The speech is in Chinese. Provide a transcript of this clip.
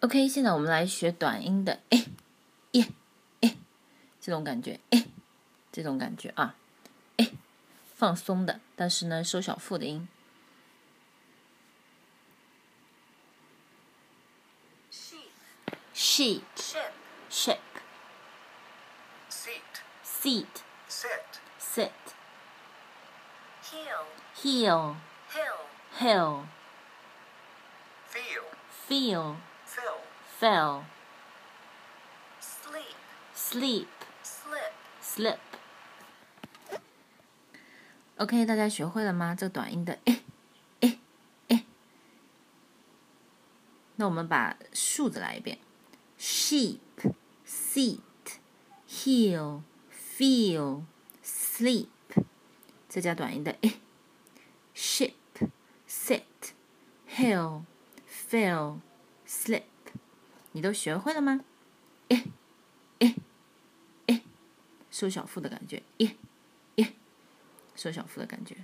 OK，现在我们来学短音的，哎，耶，哎，这种感觉，哎，这种感觉啊，哎，放松的，但是呢收小腹的音。 sheep, sheep, ship, ship, seat, seat, sit, sit, heel, heel, hill, hill, feel, feel, fill, fell, sleep, sleep, slip, slip. OK，大家学会了吗？这短音的，哎，哎，哎。那我们把数字来一遍：sheep, seat, heel, feel, sleep。再加短音的，哎，ship, sit, hill, fell, slip。你都学会了吗？哎，哎，哎，收小腹的感觉，耶。收小腹的感觉。